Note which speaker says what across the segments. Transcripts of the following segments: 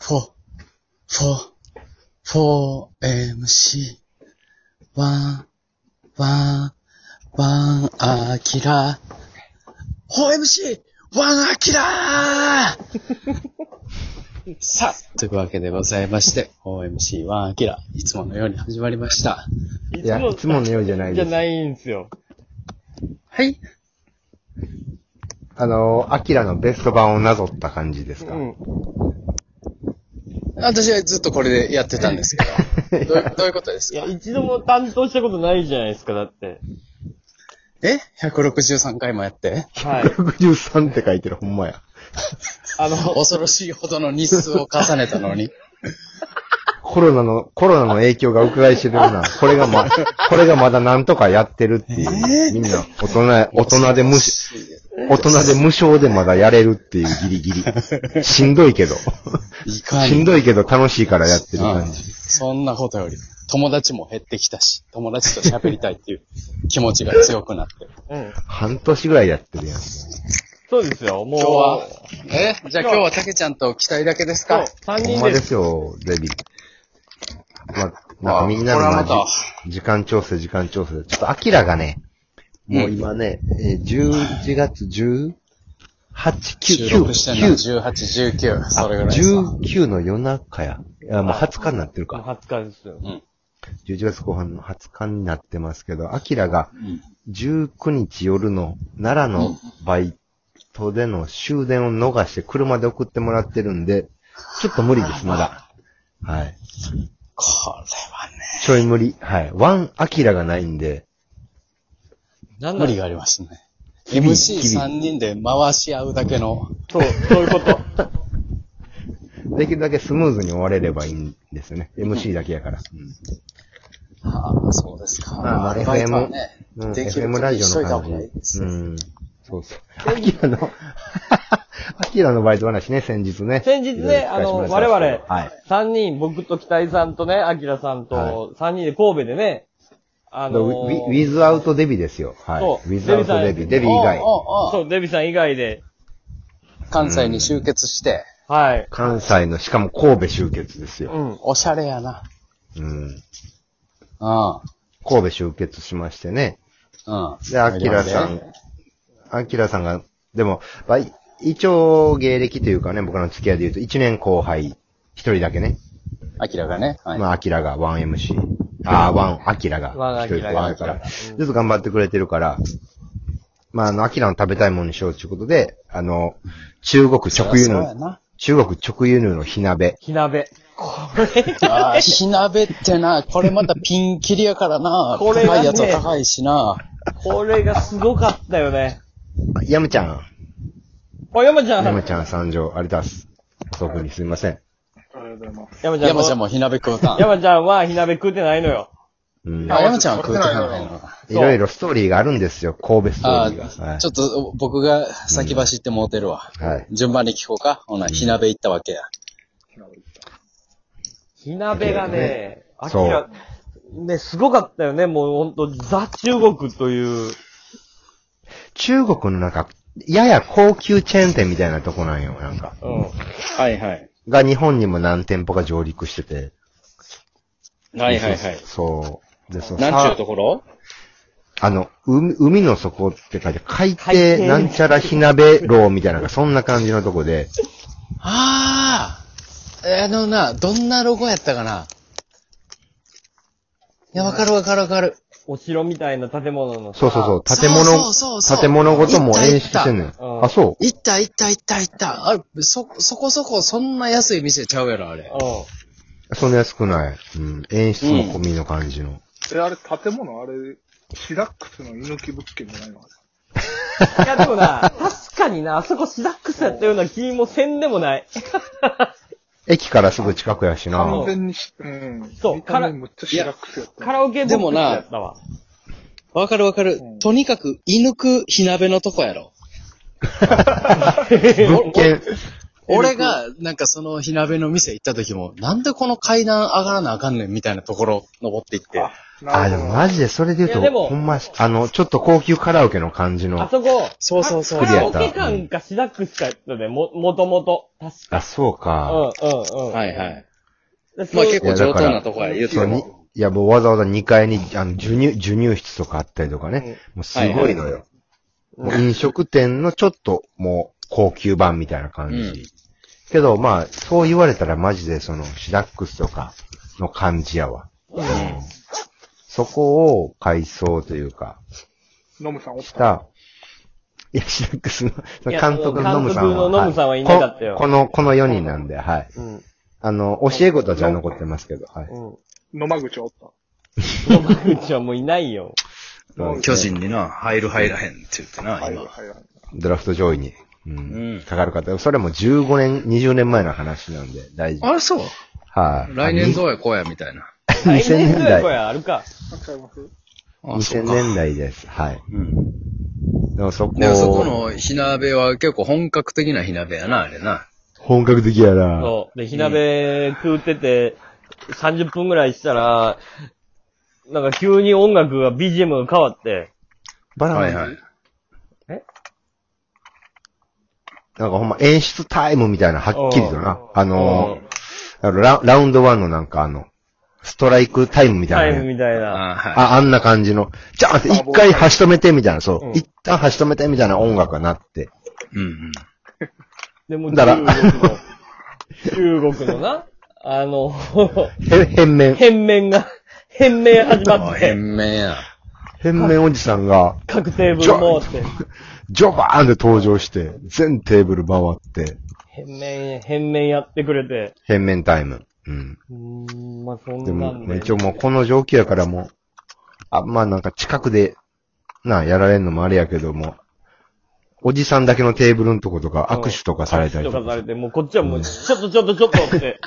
Speaker 1: for, for, for, MC, ワン、ワン、ワン、アキラ、4 MC、ワン、アキラ ーさあ、というわけでございまして、4MC、ワン、アキラ、いつものように始まりました。
Speaker 2: いや、いつものようじゃない
Speaker 3: じ
Speaker 2: で
Speaker 3: ゃ
Speaker 2: す。
Speaker 3: ないんですよ。
Speaker 1: はい。
Speaker 2: あの、アキラのベスト版をなぞった感じです
Speaker 3: う
Speaker 2: か、
Speaker 3: ん。
Speaker 1: 私はずっとこれでやってたんです けど、どうどういうことです
Speaker 3: いや、
Speaker 1: か
Speaker 3: 一度も担当したことないじゃないですか、だって。
Speaker 1: え ?163 回もやって
Speaker 3: はい。
Speaker 2: ?63 って書いてる、ほんまや。
Speaker 3: あの、
Speaker 1: 恐ろしいほどの日数を重ねたの に。
Speaker 2: コロナの、コロナの影響が伺い知れるな。これがま、これがまだなんとかやってるっていう。みんな、大人や、大人で無し、大人で無償でまだやれるっていうギリギリ。しんどいけど。
Speaker 1: いかに
Speaker 2: しんどいけど楽しいからやってる
Speaker 1: う
Speaker 2: 感
Speaker 1: ん
Speaker 2: じ。
Speaker 1: そんなことより、友達も減ってきたし、友達と喋りたいっていう 気持ちが強くなって。
Speaker 3: うん。
Speaker 2: 半年ぐらいやってるやん。
Speaker 3: そうですよ、もう。
Speaker 1: 今日は、えじゃあ今日は竹ちゃんと期待だけですか
Speaker 3: そう、3
Speaker 2: ほん
Speaker 3: 人
Speaker 2: まで
Speaker 3: です。
Speaker 2: すよ、デビ。まあ、なんかみんな
Speaker 1: あこ
Speaker 2: の
Speaker 1: れは
Speaker 2: ま
Speaker 1: また
Speaker 2: あじ時間調整、時間調整。ちょっと、アキラがね、もう今ね、えー11月18、
Speaker 1: 収
Speaker 2: 9、
Speaker 1: 録してるの
Speaker 2: 9、
Speaker 1: は18、19、それぐらいですか。
Speaker 2: 19の夜中や。いや、もう20日になってるか。
Speaker 3: 20日ですよ。
Speaker 2: 11月後半の20日になってますけど、アキラが
Speaker 1: ん
Speaker 2: 19日夜の奈良のバイトでの終電を逃して車で送ってもらってるんで、ちょっと無理です、まだ。はい。
Speaker 1: これはね、
Speaker 2: ちょい無理。はい。ワン、アキラがないんで、
Speaker 3: なん
Speaker 1: 無
Speaker 3: だ
Speaker 1: 理がありますね。
Speaker 2: ビ
Speaker 1: MC3 人で回し合うだけの、
Speaker 3: そう、そういう こと。
Speaker 2: できるだけスムーズに終われればいいんですよね。MC だけやから。
Speaker 1: ああ、そうですか。
Speaker 2: まあまあ
Speaker 1: アルバイトはね
Speaker 2: うん、
Speaker 1: できる
Speaker 2: FM ラ
Speaker 1: 時
Speaker 2: ジ
Speaker 1: にしと
Speaker 2: オ
Speaker 1: い
Speaker 2: の
Speaker 1: た方
Speaker 2: 感じ。
Speaker 1: がいいです
Speaker 2: う
Speaker 1: ね。
Speaker 2: ん。そうそう。アキラの、 アキラのバイト話ね、先日ね。
Speaker 3: 先日ね、あの、我々、
Speaker 2: はい。
Speaker 3: 3人、僕と北井さんとね、アキラさん
Speaker 2: は
Speaker 3: と、3人で神戸でね、あ
Speaker 2: あ
Speaker 3: の
Speaker 2: の、ウィウィズアウトデビですよ。はい。
Speaker 3: そう
Speaker 2: ウィズアウトデビ。デビ以外。
Speaker 1: おうおうおう
Speaker 3: そう、デビさん以外で、
Speaker 1: 関西に集結して、
Speaker 3: はい。
Speaker 2: 関西の、しかも神戸集結ですよ。
Speaker 3: うん。
Speaker 1: おしゃれやな。
Speaker 2: うん。
Speaker 1: うん。
Speaker 2: 神戸集結しましてね。
Speaker 1: うん。
Speaker 2: で、アキラさん、アキラさんが、でも、まあ、い一応芸歴というかね、僕らの付き合いで言うと、1年後輩、1人だけね。
Speaker 1: アキラがね。はい。
Speaker 2: まあ、アキラが 1MC。ああ、1、アキラが。
Speaker 3: ワンアキラが
Speaker 2: 1人後輩か
Speaker 3: ワンア
Speaker 2: ら。
Speaker 3: キ
Speaker 2: ずっと頑張ってくれてるから、まあ、あの、アキラの食べたいものにしようということで、あの、中国直輸
Speaker 1: そりゃそうや
Speaker 2: 入、
Speaker 1: な。
Speaker 2: 中国直輸入の火鍋。
Speaker 3: 火鍋。これ
Speaker 1: ああ、火鍋ってな、これまたピンキリやからな。
Speaker 3: これが
Speaker 1: 高
Speaker 3: ね
Speaker 1: いやつは高いしな。
Speaker 3: これがすごかったよね。
Speaker 2: ヤムちゃん、
Speaker 3: あ、山ちゃん。
Speaker 2: ヤムちゃん参上、ありがとうございます。遅くにすいません。
Speaker 3: 山ちゃん。
Speaker 1: 山ちゃんも火鍋食うたん。
Speaker 3: 山ちゃんは火鍋食ってないのよ。
Speaker 2: うん。
Speaker 1: あ山ちゃんは食うてはないの。
Speaker 2: いろいろストーリーがあるんですよ、神戸ストー
Speaker 1: あ
Speaker 2: リーが。は
Speaker 1: あ、
Speaker 2: い
Speaker 1: ちょっと僕が先走ってもうてるわ。
Speaker 2: はい。
Speaker 1: 順番に聞こうか。ほな、火鍋行ったわけや。
Speaker 3: 火鍋がね、あき
Speaker 2: そう
Speaker 3: ら、ね、すごかったよね。もうほんと、ザ中国という。
Speaker 2: 中国のなんか、やや高級チェーン店みたいなとこなんよ、なんか。
Speaker 3: うん。
Speaker 1: はいはい。
Speaker 2: が日本にも何店舗か上陸してて。
Speaker 1: は
Speaker 2: そう。で、そう。さ
Speaker 1: ころ
Speaker 2: あの、海、海の底って書いて、海
Speaker 3: 海底
Speaker 2: 底なんちゃら火鍋楼みたいな、なんかそんな感じのとこで、
Speaker 1: あああのな、どんなロゴやったかな。いや、わかるわかるわかる。
Speaker 3: お城みたいな建物のさ。
Speaker 2: そうそうそう、建
Speaker 1: そうそうそうそう
Speaker 2: 物、建物ごとも演出してんの
Speaker 3: 行った行った
Speaker 2: よ。あ、そ
Speaker 1: 行った行った行った行った。あれ、そ、そこそこそんな安い店ちゃうやろ、あれ。
Speaker 3: う
Speaker 2: う。そんな安くない。うん。演出も込みの感じの。
Speaker 4: え、あれ、建物、あれ、シラックスの猪木物件じゃないの
Speaker 3: ん。い や、でもな、確かにな、あそこシダックスやったような気もせんでもない。
Speaker 2: 駅からすぐ近くやしな。
Speaker 3: あ
Speaker 4: 完全にし、うん。
Speaker 3: そう
Speaker 4: 見た目むっちゃシラックスやった。
Speaker 3: カラオケボックス
Speaker 1: でもな
Speaker 3: やったわ。
Speaker 1: わかるわかる
Speaker 4: うん。
Speaker 1: とにかく、射抜く火鍋のとこやろ。
Speaker 2: 物件、
Speaker 1: 俺が、なんかその火鍋の店行った時も、なんでこの階段上がらなあかんねんみたいなところ登っていって。
Speaker 2: あ、でもマジでそれで言
Speaker 3: いやで
Speaker 2: うと、
Speaker 3: も
Speaker 2: ほんま、あの、ちょっと高級カラオケの感じ
Speaker 3: あ
Speaker 2: の。
Speaker 3: そこ、
Speaker 1: そうそうそう
Speaker 2: ク
Speaker 3: カ
Speaker 2: リア
Speaker 3: ラ
Speaker 2: や
Speaker 3: オ
Speaker 2: った
Speaker 3: ケ館かシダックスかやったで、も、もともと。確
Speaker 2: あ、そう
Speaker 3: か。
Speaker 2: か。
Speaker 3: うんうんうん。
Speaker 1: はいはい。
Speaker 3: で。そ
Speaker 1: ま
Speaker 3: う
Speaker 1: あ
Speaker 3: い
Speaker 1: 結
Speaker 3: う
Speaker 1: 構上等なとこや、言う
Speaker 2: そ
Speaker 1: と
Speaker 2: うに、いや、もうわざわざ2階に、あの、授乳、授乳室とかあったりとかね。もうすごいのよ。
Speaker 3: はい
Speaker 2: もう飲食店のちょっと、もう、高級版みたいな感じ。
Speaker 1: うん
Speaker 2: けど、まあ、そう言われたらマジで、その、シダックスとかの感じやわ。
Speaker 1: うん
Speaker 2: そこを改装というか、
Speaker 4: ノムさんおっ。
Speaker 2: したた、いや、シダックスの、そ
Speaker 3: い
Speaker 2: の
Speaker 3: や
Speaker 2: 監督のノムさん
Speaker 3: 監督のノムさんはいなかったよ
Speaker 2: ここの、この4人なんで、はい。
Speaker 3: うん。
Speaker 2: あの、教え子たちは残ってますけど、はい。
Speaker 3: うん。
Speaker 4: 野間口おった。
Speaker 3: 野間口はもういない よ。
Speaker 4: うん
Speaker 1: 巨人にな、入る入らへんって言ってな、
Speaker 4: はいは
Speaker 1: 今。
Speaker 4: いはい。
Speaker 2: ドラフト上位に、う
Speaker 1: うん
Speaker 2: ん、かかる方。それも15年、20年前の話なんで、大事。
Speaker 1: あれそう
Speaker 2: はい。
Speaker 1: 来年
Speaker 2: う
Speaker 1: どうやこうやみたいな。
Speaker 3: 来
Speaker 2: 2000
Speaker 3: 年
Speaker 2: 年
Speaker 3: ぐらい
Speaker 2: 代
Speaker 3: こ。れあるか。
Speaker 4: あちゃいます
Speaker 1: あそっ
Speaker 2: 2000
Speaker 1: か
Speaker 2: 年代です。はい。
Speaker 1: うん。
Speaker 2: でもそこ
Speaker 1: でもそこの火鍋は結構本格的な火鍋やな、あれな。
Speaker 2: 本格的やな。
Speaker 3: そう。で、火鍋食ってて、30分ぐらいしたら、なんか急に音楽が BGM が変わって、
Speaker 2: バランス、
Speaker 1: はいはい。
Speaker 2: なんかほんま演出タイムみたいな、はっきりとな。あの
Speaker 3: うん
Speaker 2: ーラ、ラウンド1のなんかあの、ストライクタイムみた
Speaker 3: タ
Speaker 2: い
Speaker 3: イ
Speaker 2: な
Speaker 3: ム
Speaker 2: ね。
Speaker 3: みたいな。
Speaker 1: あはい。
Speaker 2: あ、あんな感じの。じゃあ、一回はしとめてみたいな、そうう。
Speaker 3: ん
Speaker 2: 一旦はしとめてみたいな音楽がなって。
Speaker 1: うんうん。
Speaker 3: で、もう中
Speaker 2: だら
Speaker 3: 国の、中国のな、あ の、
Speaker 2: へ、変面。
Speaker 3: 変面が、変面始ま
Speaker 1: あ
Speaker 3: って、
Speaker 1: 変面や。
Speaker 2: 変面おじさんが、
Speaker 3: 各テーブル回って、
Speaker 2: ジョバーンで登場して、全テーブル回って、
Speaker 3: 変面、変面やってくれて、
Speaker 2: 変面タイム。うん。
Speaker 3: うーん、まあそ
Speaker 2: で
Speaker 3: んな
Speaker 2: も、
Speaker 3: ん
Speaker 2: も
Speaker 3: で。
Speaker 2: う一応もうこの状況やからもう、あ、まあなんか近くで、な、やられんのもあれやけども、おじさんだけのテーブルのとことか握手とかされたり
Speaker 3: と
Speaker 2: と
Speaker 3: かさ
Speaker 2: か。
Speaker 3: れて、もうこっちはもう、ちょっとちょっとちょっと って、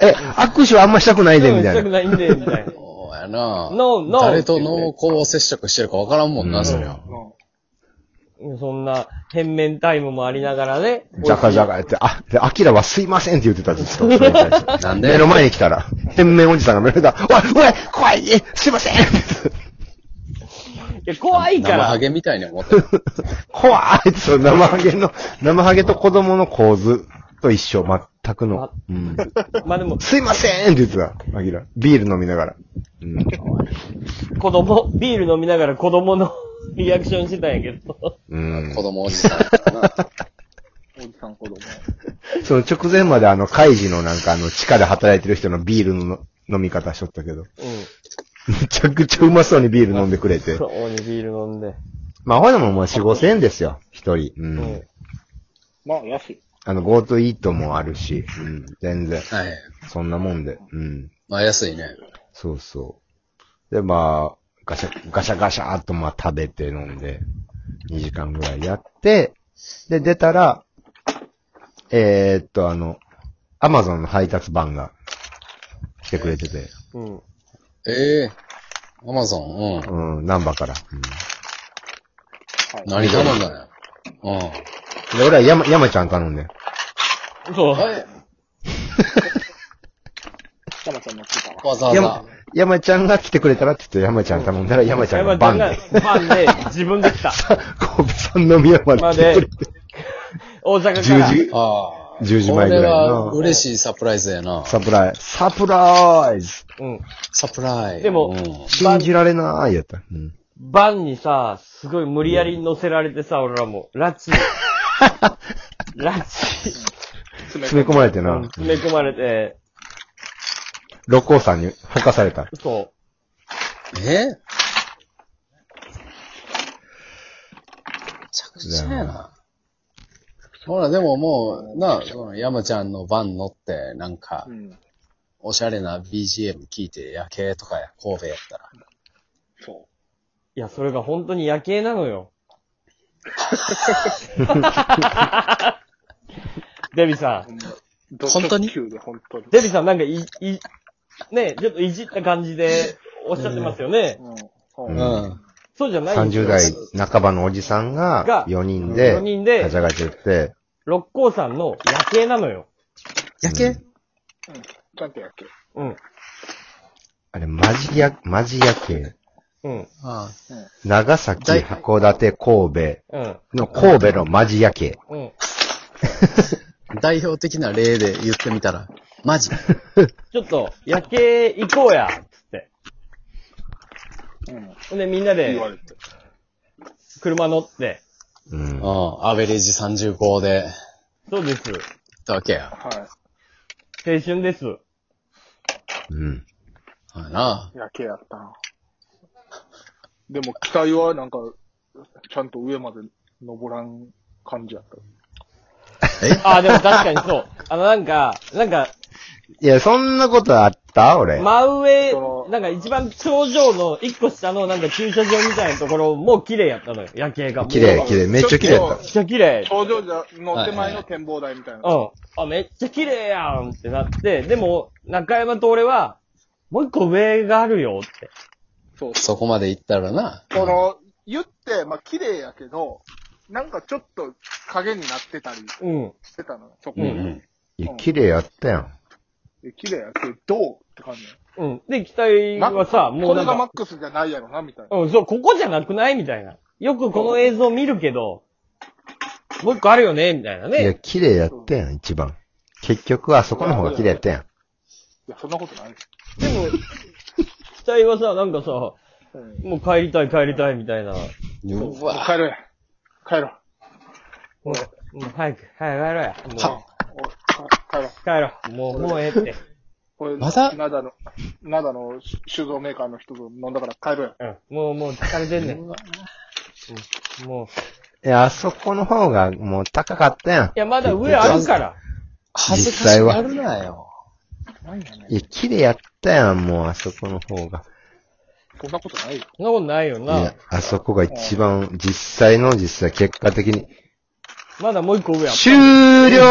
Speaker 2: え、握手はあんましたくないで、み
Speaker 3: うん
Speaker 2: た
Speaker 3: した
Speaker 2: い
Speaker 3: く
Speaker 2: な。
Speaker 3: ないんで、みたいな。
Speaker 1: そうやな。
Speaker 3: No, no
Speaker 1: 誰と濃厚接触してるかわからんもん
Speaker 2: う
Speaker 1: な、
Speaker 2: ん
Speaker 1: そりゃ。
Speaker 3: そんな、変面タイムもありながらね。
Speaker 2: じゃかじゃ
Speaker 3: か。
Speaker 2: かやって、あ、で、アキラはすいませんって言ってたずっと。それに対して
Speaker 1: なんで
Speaker 2: 目の前に来たら、変面おじさんが目の前に来たら、おい、おい、怖い、えすいません
Speaker 3: いや、怖いか
Speaker 1: 生ハ
Speaker 3: ら。
Speaker 1: ゲみたいに思ってる。
Speaker 2: 怖いそう、生ハゲの、生ハゲと子供の構図と一緒、全くの。うん
Speaker 3: まあでも、
Speaker 2: すいませんって言ってた、アキラ。ビール飲みながら。うん
Speaker 3: 子供、ビール飲みながら子供の リアクションしてたんやけど。
Speaker 2: うん
Speaker 1: 子供おじさんやからな。
Speaker 4: おじさん子供。
Speaker 2: その直前まであの、カイジのなんかあの、地下で働いてる人のビールの飲み方しとったけど、
Speaker 3: う
Speaker 2: めちゃくちゃうまそうにビール飲んでくれて
Speaker 3: ん。。そうにビール飲んで。
Speaker 2: まあ、ほらももう4、5千円ですよ、一人。う
Speaker 3: うん
Speaker 2: ん。
Speaker 4: まあ、安い。
Speaker 2: あの、GoTo イートもあるし、うん。全然。
Speaker 1: はい。
Speaker 2: そんなもんで。うん。
Speaker 1: まあ安いね。
Speaker 2: そうそう。で、まあ、ガシャ、ガシャガシャーっとまあ食べて飲んで、2時間ぐらいやって、で、出たら、えー、っと、あの、アマゾンの配達番が来てくれてて、
Speaker 3: うん。
Speaker 1: ええアマゾン、うん。
Speaker 2: うん、ナンバから。うん
Speaker 1: 何頼んだんや。うん。
Speaker 2: で、俺は山、山ちゃん頼んで。
Speaker 3: そう。
Speaker 1: え
Speaker 4: 山ちゃん乗ってたわ。
Speaker 1: わざわざ
Speaker 2: 山。、山ちゃんが来てくれたらって言って山ちゃん頼んだら山ちゃんが
Speaker 3: 山
Speaker 2: バ
Speaker 3: ちゃ
Speaker 2: ン
Speaker 3: んが
Speaker 2: で。、
Speaker 3: バンで、自分で来た。
Speaker 2: 神戸さんの宮まで来てくれて。
Speaker 3: 大阪から。
Speaker 2: 10時、
Speaker 1: ああ。
Speaker 2: 10時前ぐら
Speaker 1: これ
Speaker 2: いやな
Speaker 1: は嬉しいサプライズやな。
Speaker 2: サプライズ。サプライズ
Speaker 3: うん。
Speaker 1: サプライズ。
Speaker 3: でも
Speaker 1: うん
Speaker 2: 信じられないやった。うん。
Speaker 3: バンにさ、すごい無理やり乗せられてさ、俺らも、拉致。拉致。
Speaker 2: 詰め込まれてな。
Speaker 3: 詰め込まれて、
Speaker 2: 六甲山に吐かされた。
Speaker 3: そ。
Speaker 1: えめちゃくちゃやな。ほら、でももう、な、その山ちゃんのバン乗って、なんか
Speaker 4: う、ん。
Speaker 1: おしゃれな BGM 聞いて夜景とかや、神戸やったら。
Speaker 4: そう
Speaker 3: いや、それが本当に夜景なのよ。 デビさん。
Speaker 4: う。
Speaker 1: 本当に
Speaker 4: ド直球で本当に。
Speaker 3: デビさんなんかい、い、ねえ、ちょっといじった感じでおっしゃってますよね。
Speaker 4: うん。うん。
Speaker 2: ん
Speaker 1: うん。
Speaker 3: そうじゃないんです
Speaker 2: 30
Speaker 3: よ。
Speaker 2: 代半ばのおじさん
Speaker 3: が
Speaker 2: が4人
Speaker 3: 4
Speaker 2: で、
Speaker 3: 人で
Speaker 2: ガチャガチャ言って、
Speaker 3: 六甲山の夜景なのよ。
Speaker 1: やけ、
Speaker 2: うん
Speaker 4: うん。ちゃんとやっけ。
Speaker 3: うん。
Speaker 2: あれ、マジや、マジやけ。
Speaker 3: うん。
Speaker 1: あ
Speaker 2: 長崎、
Speaker 1: 大
Speaker 2: 函館、神
Speaker 3: うん。
Speaker 2: 戸の神戸のマジやけ。
Speaker 3: うん。
Speaker 1: あ代表的な例で言ってみたら、マ ジ。
Speaker 3: ちょっと、夜景行こうやつって。
Speaker 4: うん。
Speaker 3: ほんで、みんな
Speaker 4: 言わ
Speaker 3: で
Speaker 4: れて。
Speaker 3: 車乗って。
Speaker 2: うん。
Speaker 1: うん、アベレージ35で、行っ
Speaker 3: そうです。
Speaker 1: たわけや。
Speaker 4: は。
Speaker 3: 青春です。
Speaker 2: うん。
Speaker 1: はいない
Speaker 4: 夜景やったな。でも、機体はなんか、ちゃんと上まで登らん感じやった。
Speaker 3: ああ、でも確かにそう。あの、なんか、なんか、
Speaker 2: いや、そんなことあった俺。
Speaker 3: 真
Speaker 4: そ
Speaker 3: 上
Speaker 4: の、
Speaker 3: なんか一番頂上の一個下のなんか駐車場みたいなところも綺麗やったのよ、夜景が。もう
Speaker 2: 綺麗、綺麗。めっちゃ綺麗やっ
Speaker 3: めっちゃ綺麗。
Speaker 4: 頂上じゃ、の手前の展望台みたいな。
Speaker 3: うん。あ、めっちゃ綺麗やんってなって、でも、中山と俺は、もう一個上があるよって。
Speaker 4: そう
Speaker 1: そこまで行ったらな。
Speaker 4: その、言って、まあ、綺麗やけど、なんかちょっと影になってたり
Speaker 3: うん。
Speaker 4: してたのよ、そこ。
Speaker 1: うんうん。
Speaker 2: た。いや、綺麗やったやん。
Speaker 4: で綺麗やけど、どうって感じや。
Speaker 3: うん。で、機体はさ、も
Speaker 4: こ
Speaker 3: うな
Speaker 4: れ
Speaker 3: ん
Speaker 4: がマッ
Speaker 3: か、
Speaker 4: クスじゃないやろな、みたいな。
Speaker 3: うん、そう、ここじゃなくないみたいな。よくこの映像見るけど、もう一個あるよねみたいない
Speaker 2: や、
Speaker 3: ね。
Speaker 2: 綺麗やったやん、一番。結局、あそこの方が綺麗やったやん。
Speaker 4: いや、そんなことない。
Speaker 3: でも、機体はさ、なんかさ、も
Speaker 4: うん。
Speaker 3: う帰りたい帰りたいみたいな。
Speaker 1: う
Speaker 4: もう
Speaker 1: わ
Speaker 4: 帰ろうや。帰ろう。
Speaker 3: もう、もう早く、早く帰ろうや。もう、
Speaker 4: 帰ろう。
Speaker 3: 帰ろう。もう、もうええって。
Speaker 4: これ、
Speaker 1: また
Speaker 4: 灘の、灘の酒造メーカーの人と飲んだから帰ろうや。
Speaker 3: うん。もう、もう疲れてんねん。うんもう、
Speaker 2: いや、あそこの方がもう高かったやん
Speaker 3: い。や、まだ上あるから。
Speaker 1: 恥ずかしがるなよ。
Speaker 4: なんやねん
Speaker 2: いや、綺麗やったやん、もうあそこの方が。
Speaker 4: そんなことないよ。
Speaker 3: そんなことないよ
Speaker 2: い
Speaker 3: な
Speaker 2: や。、あそこが一番、実際の実際、結果的に。
Speaker 3: まだもう一個上や。
Speaker 2: 終了